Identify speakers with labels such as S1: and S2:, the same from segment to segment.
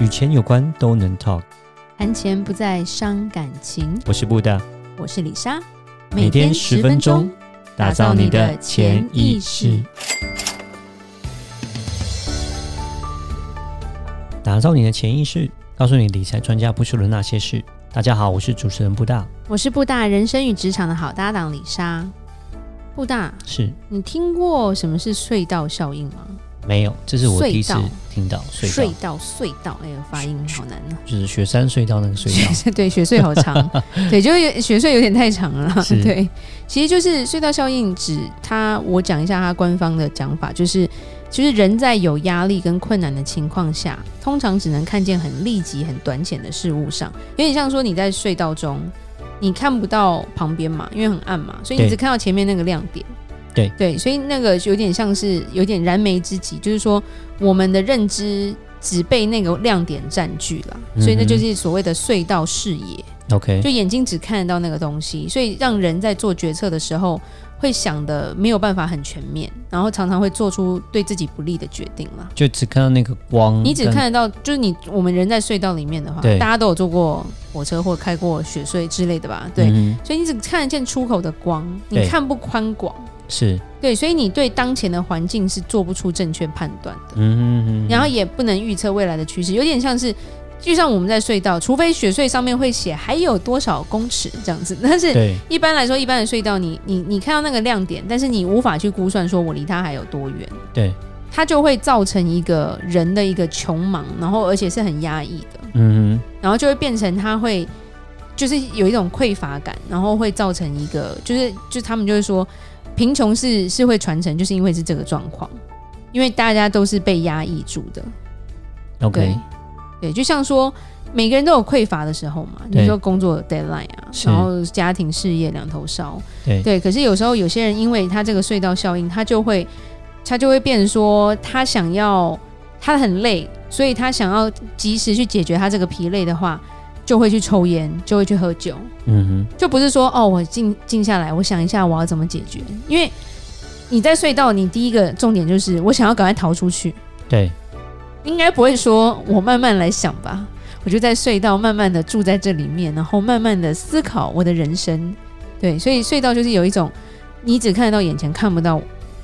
S1: 与钱有关都能 talk。
S2: 谈钱不再伤感情。
S1: 我是布大，
S2: 我是李莎，
S1: 每天十分钟，打造你的潜意识，打造你的潜意识，告诉你理财专家不说的那些事。大家好，我是主持人布大，
S2: 我是布大人生与职场的好搭档李莎。布大，
S1: 是
S2: 你听过什么是隧道效应吗？
S1: 没有，这是我第一次
S2: 隧道
S1: 听到隧道，
S2: 隧道，隧道，哎呦，发音好难啊！
S1: 就是雪山隧道那个隧道，
S2: 对，雪 隧好长，对，就有雪隧有点太长了啦。
S1: 是
S2: 对，其实就是隧道效应指它，我讲一下它官方的讲法，就是就是人在有压力跟困难的情况下，通常只能看见很立即、很短浅的事物上，有点像说你在隧道中，你看不到旁边嘛，因为很暗嘛，所以你
S1: 对
S2: 只看到前面那个亮点。
S1: 对
S2: 对，所以那个有点像是有点燃眉之急，就是说我们的认知只被那个亮点占据了，所以
S1: 嗯
S2: 那
S1: 哼
S2: 就是所谓的隧道视野，
S1: OK，
S2: 就眼睛只看得到那个东西，所以让人在做决策的时候会想的没有办法很全面，然后常常会做出对自己不利的决定啦。
S1: 就只看到那个光，
S2: 你只
S1: 但
S2: 看得到，就是你我们人在隧道里面的话，
S1: 嗯对
S2: 大家都有坐过火车或开过雪隧之类的吧？对，
S1: 嗯
S2: 所以你只看得见出口的光，你
S1: 对
S2: 看不宽广。
S1: 是，
S2: 对，所以你对当前的环境是做不出正确判断的，
S1: 嗯，
S2: 然后也不能预测未来的趋势，有点像是，就像我们在隧道，除非雪隧上面会写还有多少公尺这样子，但是
S1: 对
S2: 一般来说，一般的隧道你，你你看到那个亮点，但是你无法去估算说我离它还有多远，
S1: 对，
S2: 它就会造成一个人的一个穷忙，然后而且是很压抑的，
S1: 嗯
S2: 然后就会变成他会就是有一种匮乏感，然后会造成一个就是就他们就会说贫穷是是会传承，就是因为是这个状况，因为大家都是被压抑住的，
S1: 哼，OK，
S2: 对对，就像说每个人都有匮乏的时候嘛，
S1: 对
S2: 你说工作有 deadline 啊，
S1: 是
S2: 然后家庭事业两头烧，
S1: 对
S2: 对，可是有时候有些人因为他这个隧道效应，他就会他就会变成说他想要他很累，所以他想要及时去解决他这个疲累的话，就会去抽烟，就会去喝酒，
S1: 嗯
S2: 就不是说哦，我静静下来，我想一下我要怎么解决，因为你在隧道，你第一个重点就是我想要赶快逃出去，
S1: 哼，对，
S2: 应该不会说我慢慢来想吧。我就在隧道慢慢的住在这里面，然后慢慢的思考我的人生。对，所以隧道就是有一种你只看得到眼前，看不到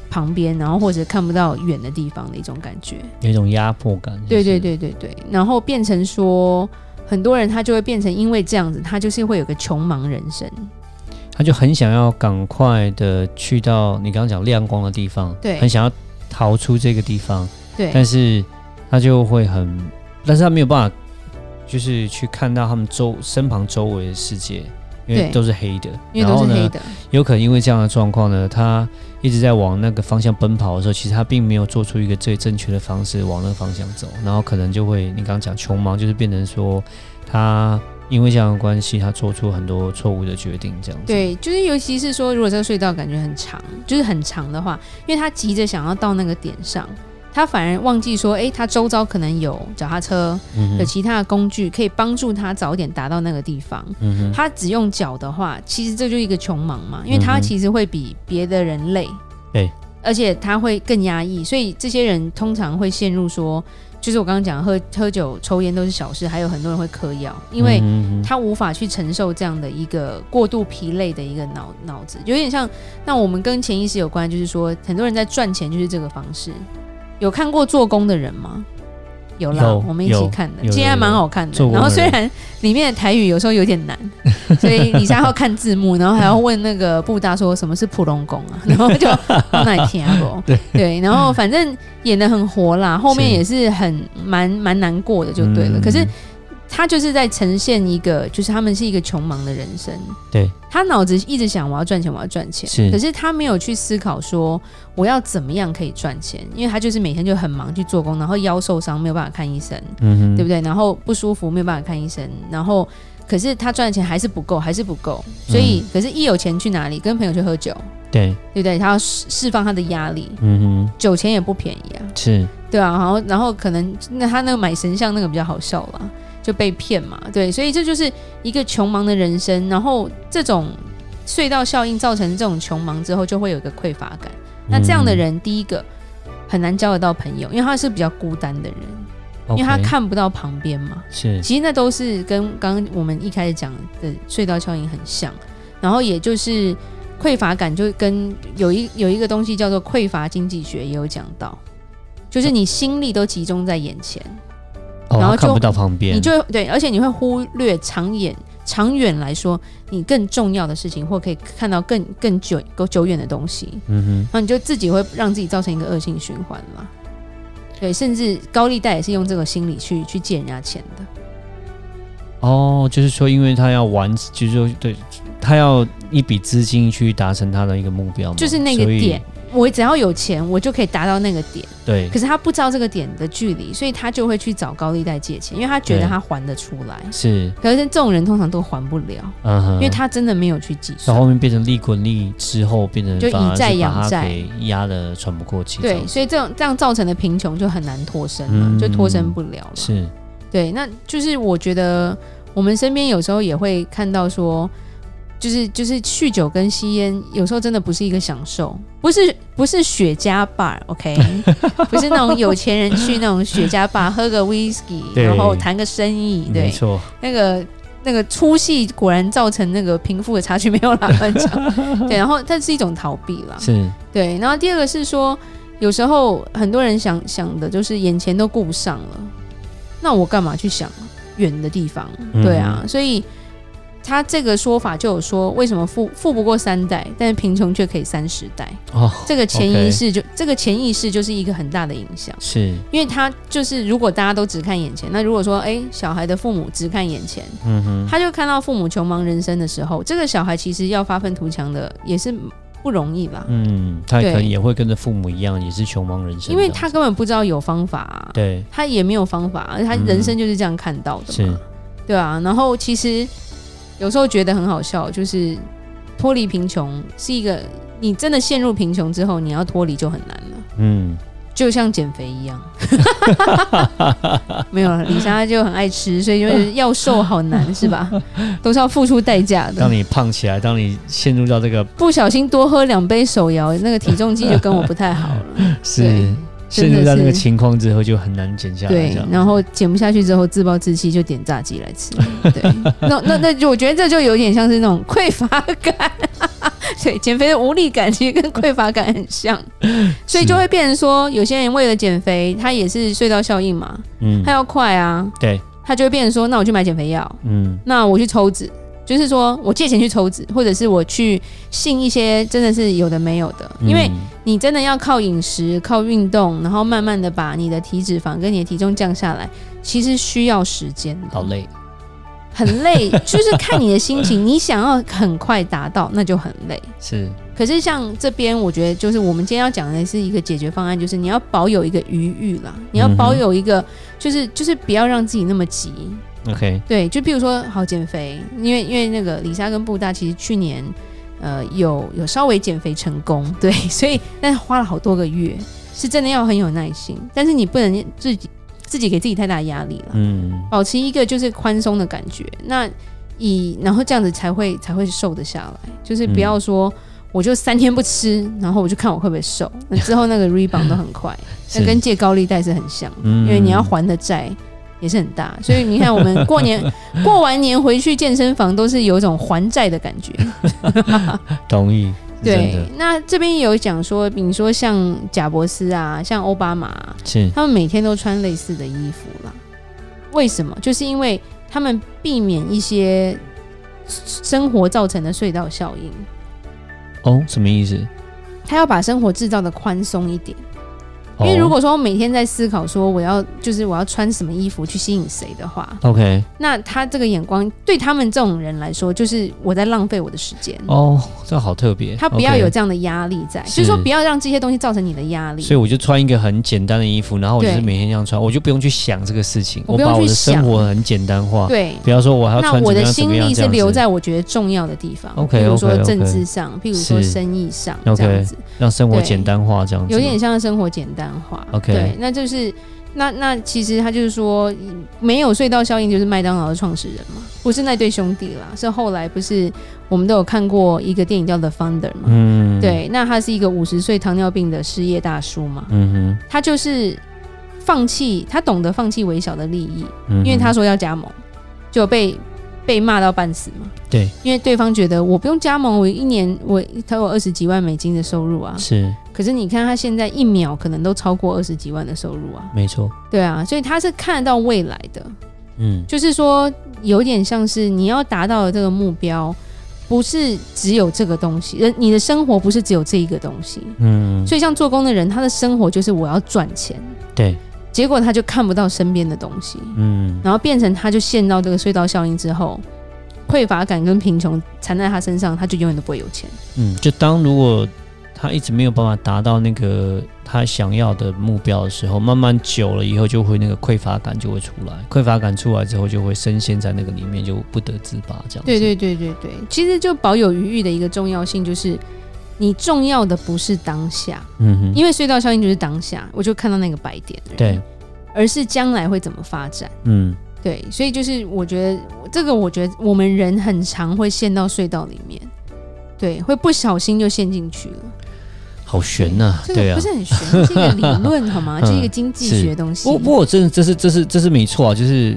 S2: 旁边，然后或者看不到远的地方的一种感觉。
S1: 有一种压迫感，
S2: 对
S1: 就是
S2: 对，对对对，然后变成说很多人他就会变成因为这样子，他就是会有个穷忙人生。
S1: 他就很想要赶快的去到你刚刚讲亮光的地方，
S2: 对
S1: 很想要逃出这个地方，
S2: 对，
S1: 但是他就会很，但是他没有办法，就是去看到他们周身旁周围的世界，因为
S2: 对
S1: 都是黑的，
S2: 因
S1: 然
S2: 为都
S1: 后
S2: 是
S1: 呢，
S2: 黑的。
S1: 有可能因为这样的状况呢，他一直在往那个方向奔跑的时候，其实他并没有做出一个最正确的方式往那个方向走，然后可能就会你刚刚讲穷忙，就是变成说他因为这样的关系，他做出很多错误的决定，这样子。，
S2: 对，就是尤其是说，如果这个隧道感觉很长，就是很长的话，因为他急着想要到那个点上，他反而忘记说，诶，他周遭可能有脚踏车，
S1: 嗯
S2: 有
S1: 哼，
S2: 其他的工具可以帮助他早点达到那个地方。
S1: 嗯哼，
S2: 他只用脚的话，其实这就是一个穷忙嘛，因为他
S1: 嗯哼
S2: 其实会比别的人累，
S1: 对，
S2: 而且他会更压抑，所以这些人通常会陷入说，就是我刚刚讲喝喝酒、抽烟都是小事，还有很多人会嗑药，因为
S1: 嗯哼
S2: 他无法去承受这样的一个过度疲累的一个脑脑子，有点像那我们跟潜意识有关，就是说很多人在赚钱就是这个方式。有看过做工的人吗？有啦，
S1: 有
S2: 我们一起
S1: 有
S2: 看的，
S1: 有
S2: 今天还
S1: 有
S2: 蛮
S1: 有
S2: 好看的
S1: 做。工
S2: 然后
S1: 的
S2: 虽
S1: 人
S2: 然里面的台语有时候 有点难，所以李莎要看字幕，然后还要问那个布达说什么是普龙宫 啊，然后就我哪里听过？
S1: 对
S2: 对，然后反正演的很活啦，后面
S1: 是
S2: 也是很蛮蛮难过的就对了。
S1: 嗯
S2: 可是他就是在呈现一个，就是他们是一个穷忙的人生。
S1: 对，
S2: 他脑子一直想我要赚钱，我要赚钱，
S1: 是
S2: 可是他没有去思考说我要怎么样可以赚钱，因为他就是每天就很忙去做工，然后腰受伤没有办法看医生，
S1: 嗯哼，
S2: 对不对？然后不舒服没有办法看医生，然后可是他赚的钱还是不够，还是不够，
S1: 嗯
S2: 所以、可是一有钱去哪里？跟朋友去喝酒，
S1: 对，
S2: 对不对？他要释释放他的压力，
S1: 嗯哼，
S2: 酒钱也不便宜啊，
S1: 是，
S2: 对啊，然后然后可能那他那个买神像那个比较好笑啦，就被骗嘛，对，所以这就是一个穷忙的人生，然后这种隧道效应造成这种穷忙之后，就会有一个匮乏感。那这样的人，第一个很难交得到朋友，因为他是比较孤单的人，
S1: 嗯
S2: 因为他
S1: OK，
S2: 看不到旁边嘛。
S1: 是
S2: 其实那都是跟刚刚我们一开始讲的隧道效应很像，然后也就是匮乏感，就跟有一有一个东西叫做匮乏经济学也有讲到，就是你心力都集中在眼前，
S1: 哦，
S2: 然后
S1: 他看
S2: 就
S1: 不到旁边，
S2: 你就对，而且你会忽略长远长远来说你更重要的事情，或可以看到更更久更久远的东西，
S1: 嗯
S2: 然后你就自己会让自己造成一个恶性循环嘛。对，甚至高利贷也是用这个心理去去借人家钱的。
S1: 哼，哦，就是说，因为他要完，就是说，对，他要一笔资金去达成他的一个目标嘛，
S2: 就是那个
S1: 所以
S2: 点，我只要有钱，我就可以达到那个点。
S1: 对
S2: 可，是他不知道这个点的距离，所以他就会去找高利贷借钱，因为他觉得
S1: 对
S2: 他还得出来。
S1: 是，
S2: 可是这种人通常都还不了，
S1: 嗯哼，
S2: 因为他真的没有去计
S1: 到
S2: 算。
S1: 后面变成利滚利之后，变成
S2: 就以
S1: 反而是
S2: 债养
S1: 把他
S2: 债
S1: 给压的喘不过气，这
S2: 对，
S1: 样子
S2: 所以这种这样造成的贫穷就很难脱身了，
S1: 嗯
S2: 就脱身不了了。
S1: 是
S2: 对，那就是我觉得我们身边有时候也会看到说，就是就是酗酒跟吸烟，有时候真的不是一个享受，不是不是雪茄 bar，OK，、不是那种有钱人去那种雪茄 bar 喝个 whisky，
S1: 对
S2: 然后谈个生意，
S1: 没
S2: 对，
S1: 错，
S2: 那个。那个粗细果然造成那个贫富的差距没有啦，乱 讲。对，然后它是一种逃避啦。
S1: 是
S2: 对，啊然后第二个是说，有时候很多人想想的就是眼前都顾不上了，那我干嘛去想远的地方？
S1: 嗯
S2: 对啊，所以他这个说法就有说，为什么富富不过三代，但是贫穷却可以三十代？
S1: 哦，
S2: 这个潜
S1: OK
S2: 意识就这个潜意识就是一个很大的影响。
S1: 是，
S2: 因为他就是，如果大家都只看眼前，那如果说，诶小孩的父母只看眼前，
S1: 嗯哼，
S2: 他就看到父母穷忙人生的时候，这个小孩其实要发愤图强的也是不容易啦。
S1: 嗯，他
S2: 对
S1: 可能也会跟着父母一样，也是穷忙人生
S2: 因
S1: 这样子，
S2: 为他根本不知道有方法、啊，
S1: 对
S2: 他也没有方法，而且他
S1: 嗯
S2: 人生就是这样看到的嘛
S1: 是，
S2: 对啊。然后其实有时候觉得很好笑，就是脱离贫穷是一个，你真的陷入贫穷之后，你要脱离就很难了，
S1: 嗯，
S2: 就像减肥一 样。没有了，李莎就很爱吃，所以就是要瘦好难，是 吧？都是要付出代价的
S1: 当。你胖起来，当你陷入到这个
S2: 不小心多喝两杯手摇，那个体重计就跟我不太好了。
S1: 是陷
S2: 真
S1: 入
S2: 的
S1: 到这个
S2: 是
S1: 情况之后，就很难减下来，
S2: 对
S1: 这样，
S2: 然后减不下去之后自暴自弃，就点炸鸡来吃。对， 那那那就我觉得这就有点像是那种匮乏感， 对，减肥的无力感其实跟匮乏感 很像，所以就会变成说，有些人为了减肥，他也是隧道效应嘛，
S1: 嗯
S2: 他，要快啊，
S1: 对，
S2: 他就会变成说，那我去买减肥药，
S1: 嗯，
S2: 那我去抽脂。就是说我借钱去抽脂，或者是我去信一些真的是有的没有的，因为
S1: 嗯
S2: 你真的要靠饮食、靠运动，然后慢慢的把你的体脂肪跟你的体重降下来，其实需要时间的，
S1: 好累，
S2: 很累， 就是看你的心情，你想要很快达到，那就很累。
S1: 是
S2: 可是像这边，我觉得就是我们今天要讲的是一个解决方案，就是你要保有一个余裕啦，你要
S1: 嗯哼
S2: 保有一个，就是就是不要让自己那么急。
S1: OK，
S2: 对，就比如说好减肥，因为因为那个李莎跟布大其实去年呃有有稍微减肥成功，对， 所以但花了好多个月，是真的要很有耐心，但是你不能自己自己给自己太大压力了，
S1: 嗯，
S2: 保持一个就是宽松的感觉，那以然后这样子才会才会瘦得下来，就是不
S1: 嗯
S2: 要说。我就三天不吃，然后我就看我会不会瘦。那之后那个 rebound 都很快，那
S1: 是
S2: 跟借高利贷是很像的。
S1: 嗯
S2: 因为你要还的债也是很大，所以你看我们 过年过完年回去健身房都是有一种还债的感觉。
S1: 同意，真
S2: 对
S1: 的，
S2: 那这边也有讲说，比如说像贾伯斯啊，像奥巴马啊、
S1: 是
S2: 他们每天都穿类似的衣服啦。为什么？就是因为他们避免一些生活造成的隧道效应，
S1: 哦，什么意思？
S2: 他要把生活制造的宽松一点。
S1: 哦
S2: 因为如果说我每天在思考说我要就是我要穿什么衣服去吸引谁的话，
S1: OK，
S2: 那他这个眼光对他们这种人来说，就是我在浪费我的时间。
S1: 哦，这好特别，
S2: 他不要有
S1: OK
S2: 这样的压力在，
S1: 是
S2: 就是说不要让这些东西造成你的压力
S1: 所。以我就穿一个很简单的衣服，然后我就是
S2: 对
S1: 每天这样穿，我就不用去想这个事情，
S2: 我
S1: 我
S2: 不用
S1: 把我
S2: 去
S1: 的生
S2: 想
S1: 活很简单化。
S2: 对，
S1: 不要说我还要
S2: 那
S1: 穿怎
S2: 我
S1: 么
S2: 的
S1: 样怎
S2: 心
S1: 么样
S2: 力
S1: 这
S2: 是
S1: 样
S2: 留
S1: 子
S2: 在我觉得重要的地方，
S1: OK，
S2: 比如
S1: OK，
S2: 说
S1: OK
S2: 政治上，譬如说
S1: 是
S2: 生意上
S1: OK
S2: 这样子，
S1: 让生活
S2: 对
S1: 简单化这样子，
S2: 有点像生活简单化。
S1: OK
S2: 对，那就是那那其实他就是说，没有隧道效应就是麦当劳的创始人嘛，不是那对兄弟啦，是后来不是我们都有看过一个电影叫《The Founder》嘛，
S1: 嗯，
S2: 对，那他是一个五十岁糖尿病的失业大叔嘛，
S1: 嗯哼，
S2: 他就是放弃，他懂得放弃微小的利益，
S1: 嗯哼
S2: 因为他说要加盟，就被被骂到半死嘛。
S1: 对
S2: 因为对方觉得我不用加盟，我一年我他有二十几万美金的收入啊，
S1: 是
S2: 可是你看他现在一秒可能都超过二十几万的收入啊，
S1: 没错，
S2: 对啊，所以他是看得到未来的，
S1: 嗯，
S2: 就是说有点像是你要达到的这个目标，不是只有这个东西，人你的生活不是只有这一个东西，
S1: 嗯，
S2: 所以像做工的人，他的生活就是我要赚钱，
S1: 对，
S2: 结果他就看不到身边的东西，
S1: 嗯，
S2: 然后变成他就陷到这个隧道效应之后，匮乏感跟贫穷缠在他身上，他就永远都不会有钱。
S1: 嗯，就当如果他一直没有办法达到那个他想要的目标的时候，慢慢久了以后，就会那个匮乏感就会出来，匮乏感出来之后，就会深陷在那个里面，就不得自拔这样子。
S2: 对对对对对，其实就保有余裕的一个重要性就是。你重要的不是当下，
S1: 嗯哼，
S2: 因为隧道效应就是当下，我就看到那个白点，
S1: 对，，
S2: 而是将来会怎么发展。
S1: 嗯，
S2: 对，所以就是我觉得这个，我觉得我们人很常会陷到隧道里面，对，会不小心就陷进去了。
S1: 好悬呐、
S2: 这
S1: 对
S2: 个
S1: 啊
S2: 不。是很玄，这是一个理论好吗？
S1: 嗯
S2: 这是一个经济学的东西
S1: 不。不过真的这是这是这是没错啊，就是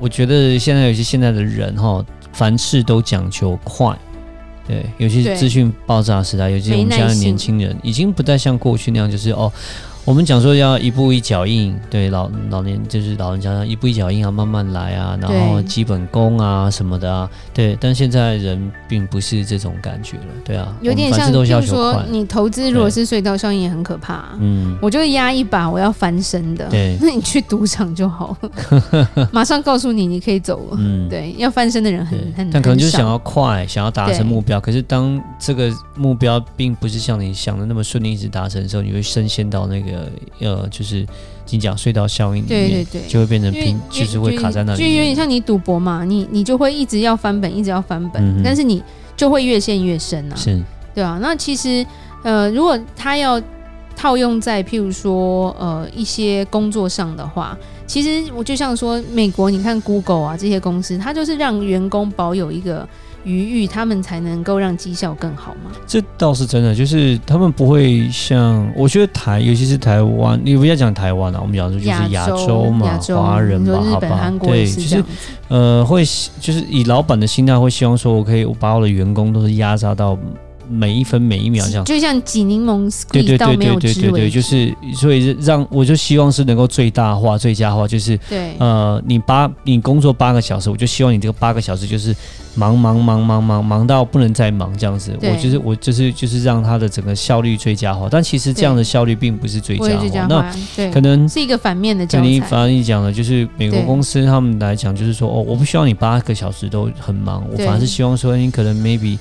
S1: 我觉得现在有些现在的人哈，凡事都讲求快。对，尤其
S2: 对
S1: 是资讯爆炸时代，尤其是我们
S2: 没耐
S1: 现在的
S2: 性
S1: 年轻人，已经不再像过去那样，就是哦，我们讲说要一步一脚印，对老老年就是老人家一步一脚印啊，慢慢来啊，然后
S2: 对
S1: 基本功啊什么的啊，对，但现在人并不是这种感觉了，对啊，
S2: 有点
S1: 我们凡
S2: 像，
S1: 事都
S2: 比
S1: 是要
S2: 如
S1: 求
S2: 说
S1: 快，
S2: 你投资如果是隧道效应也很可怕啊、
S1: 嗯，
S2: 我就压一把我要翻身的，
S1: 对，
S2: 那你去赌场就好 了，马上告诉你你可以走了。
S1: 嗯，
S2: 对，要翻身的人很
S1: 对
S2: 很，
S1: 但可能就是想
S2: 很少
S1: 要快，想要达
S2: 对
S1: 成目标。可是当这个目标并不是像你想的那么顺利一直达成的时候，你会深陷到那个呃，就是金讲隧道效应里面，
S2: 对对对，
S1: 就会变成
S2: 因为
S1: 平，就是会卡在那里
S2: 就
S1: 面。
S2: 有点像你赌博嘛，你你就会一直要翻本，一直要翻本，
S1: 嗯哼
S2: 但是你就会越陷越深啊，
S1: 是，
S2: 对啊。那其实呃，如果他要套用在譬如说呃一些工作上的话，其实我就像说美国，你看 Google 啊这些公司，它就是让员工保有一个余裕，他们才能够让绩效更好嘛。
S1: 这倒是真的，就是他们不会像我觉得台，尤其是台湾，你不要讲台湾啊，我们讲说就是亚洲嘛，
S2: 亚洲
S1: 华人
S2: 你
S1: 嘛，
S2: 说日
S1: 好
S2: 本、
S1: 吧
S2: 韩，国也
S1: 对，
S2: 是
S1: 就
S2: 这
S1: 是
S2: 样子，
S1: 呃，会希就是以老板的心态会希望说，我可以我把我的员工都是压榨到每一分每一秒这样。
S2: 就像挤柠檬
S1: 对对
S2: squeeze 到
S1: 对
S2: 没
S1: 对
S2: 有
S1: 对
S2: 汁
S1: 对
S2: 为
S1: 对，
S2: 止，
S1: 就是所以让我就希望是能够最大化、最佳化，就是
S2: 对
S1: 呃，你八你工作八个小时，我就希望你这个八个小时就是忙忙忙忙忙忙到不能再忙这样子。
S2: 对
S1: 我就是我就是就是让它的整个效率最佳化，但其实这样的
S2: 对
S1: 效率并不是最
S2: 我也
S1: 佳
S2: 就这
S1: 化。
S2: 样
S1: 那
S2: 画，对，
S1: 可能
S2: 是一个反面的教
S1: 像你
S2: 材。
S1: 反正你讲的，就是美国
S2: 对
S1: 公司他们来讲，就是说哦，我不希望你八个小时都很忙，我
S2: 对
S1: 反而是希望说你可能 maybe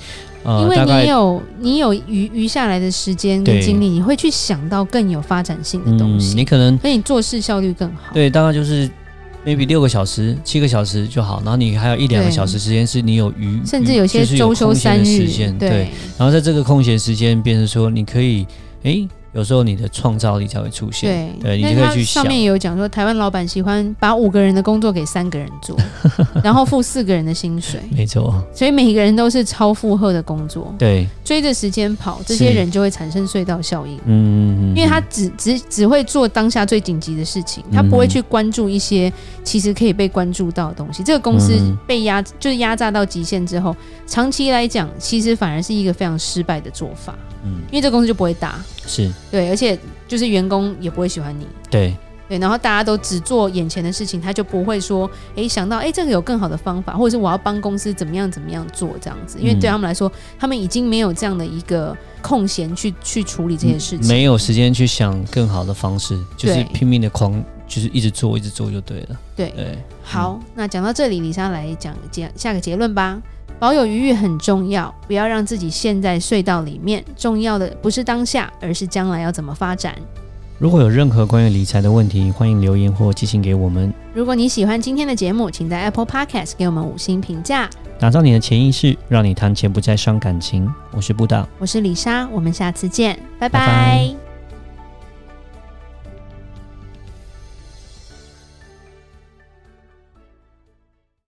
S2: 因
S1: 呃
S2: 为
S1: 大概
S2: 你有你有余余下来的时间跟
S1: 对
S2: 精力，你会去想到更有发展性的东
S1: 嗯，
S2: 西，
S1: 你可能
S2: 所以你做事效率更好。
S1: 对，大概就是 maybe 六个小时、七个小时就好，然后你还有一两个
S2: 对
S1: 小时时间是你有余，
S2: 甚至有些
S1: 就是
S2: 周休
S1: 空闲
S2: 三
S1: 的时，
S2: 日
S1: 间，
S2: 对
S1: 对。然后在这个空闲时间，变成说你可以，诶，有时候你的创造力才会出现，对，
S2: 对
S1: 你
S2: 但
S1: 就可
S2: 他
S1: 以去
S2: 上
S1: 想，
S2: 面也有讲说，台湾老板喜欢把五个人的工作给三个人做， 然后付四个人的薪水，
S1: 没错，
S2: 所以每一个人都是超负荷的工作，
S1: 对，
S2: 追着时间跑，这些
S1: 是
S2: 人就会产生隧道效应。
S1: 嗯，
S2: 因为他只只只会做当下最紧急的事情，他
S1: 嗯
S2: 不会去关注一些其实可以被关注到的东西。这个公司
S1: 嗯
S2: 被压就是压榨到极限之后，长期来讲，其实反而是一个非常失败的做法，
S1: 嗯
S2: 因为这个公司就不会大，
S1: 是
S2: 对，而且就是员工也不会喜欢你。
S1: 对，
S2: 对，然后大家都只做眼前的事情，他就不会说，诶，想到诶，这个有更好的方法，或者是我要帮公司怎么样怎么样做这样子，因为
S1: 嗯
S2: 对他们来说，他们已经没有这样的一个空闲去去处理这些事情。
S1: 没有时间去想更好的方式，就是
S2: 对
S1: 拼命的狂，就是一直做，一直做就对了，
S2: 对
S1: 对，
S2: 好，那讲到这里，李莎来讲结下个结论吧。保有余裕很重要，不要让自己陷在隧道里面。重要的不是当下，而是将来要怎么发展。
S1: 如果有任何关于理财的问题，欢迎留言或寄信给我们。
S2: 如果你喜欢今天的节目，请在 Apple Podcast 给我们五星评价。
S1: 打造你的潜意识，让你谈钱不再伤感情。我是布达，
S2: 我是李莎，我们下次见，拜
S1: 拜拜
S2: 拜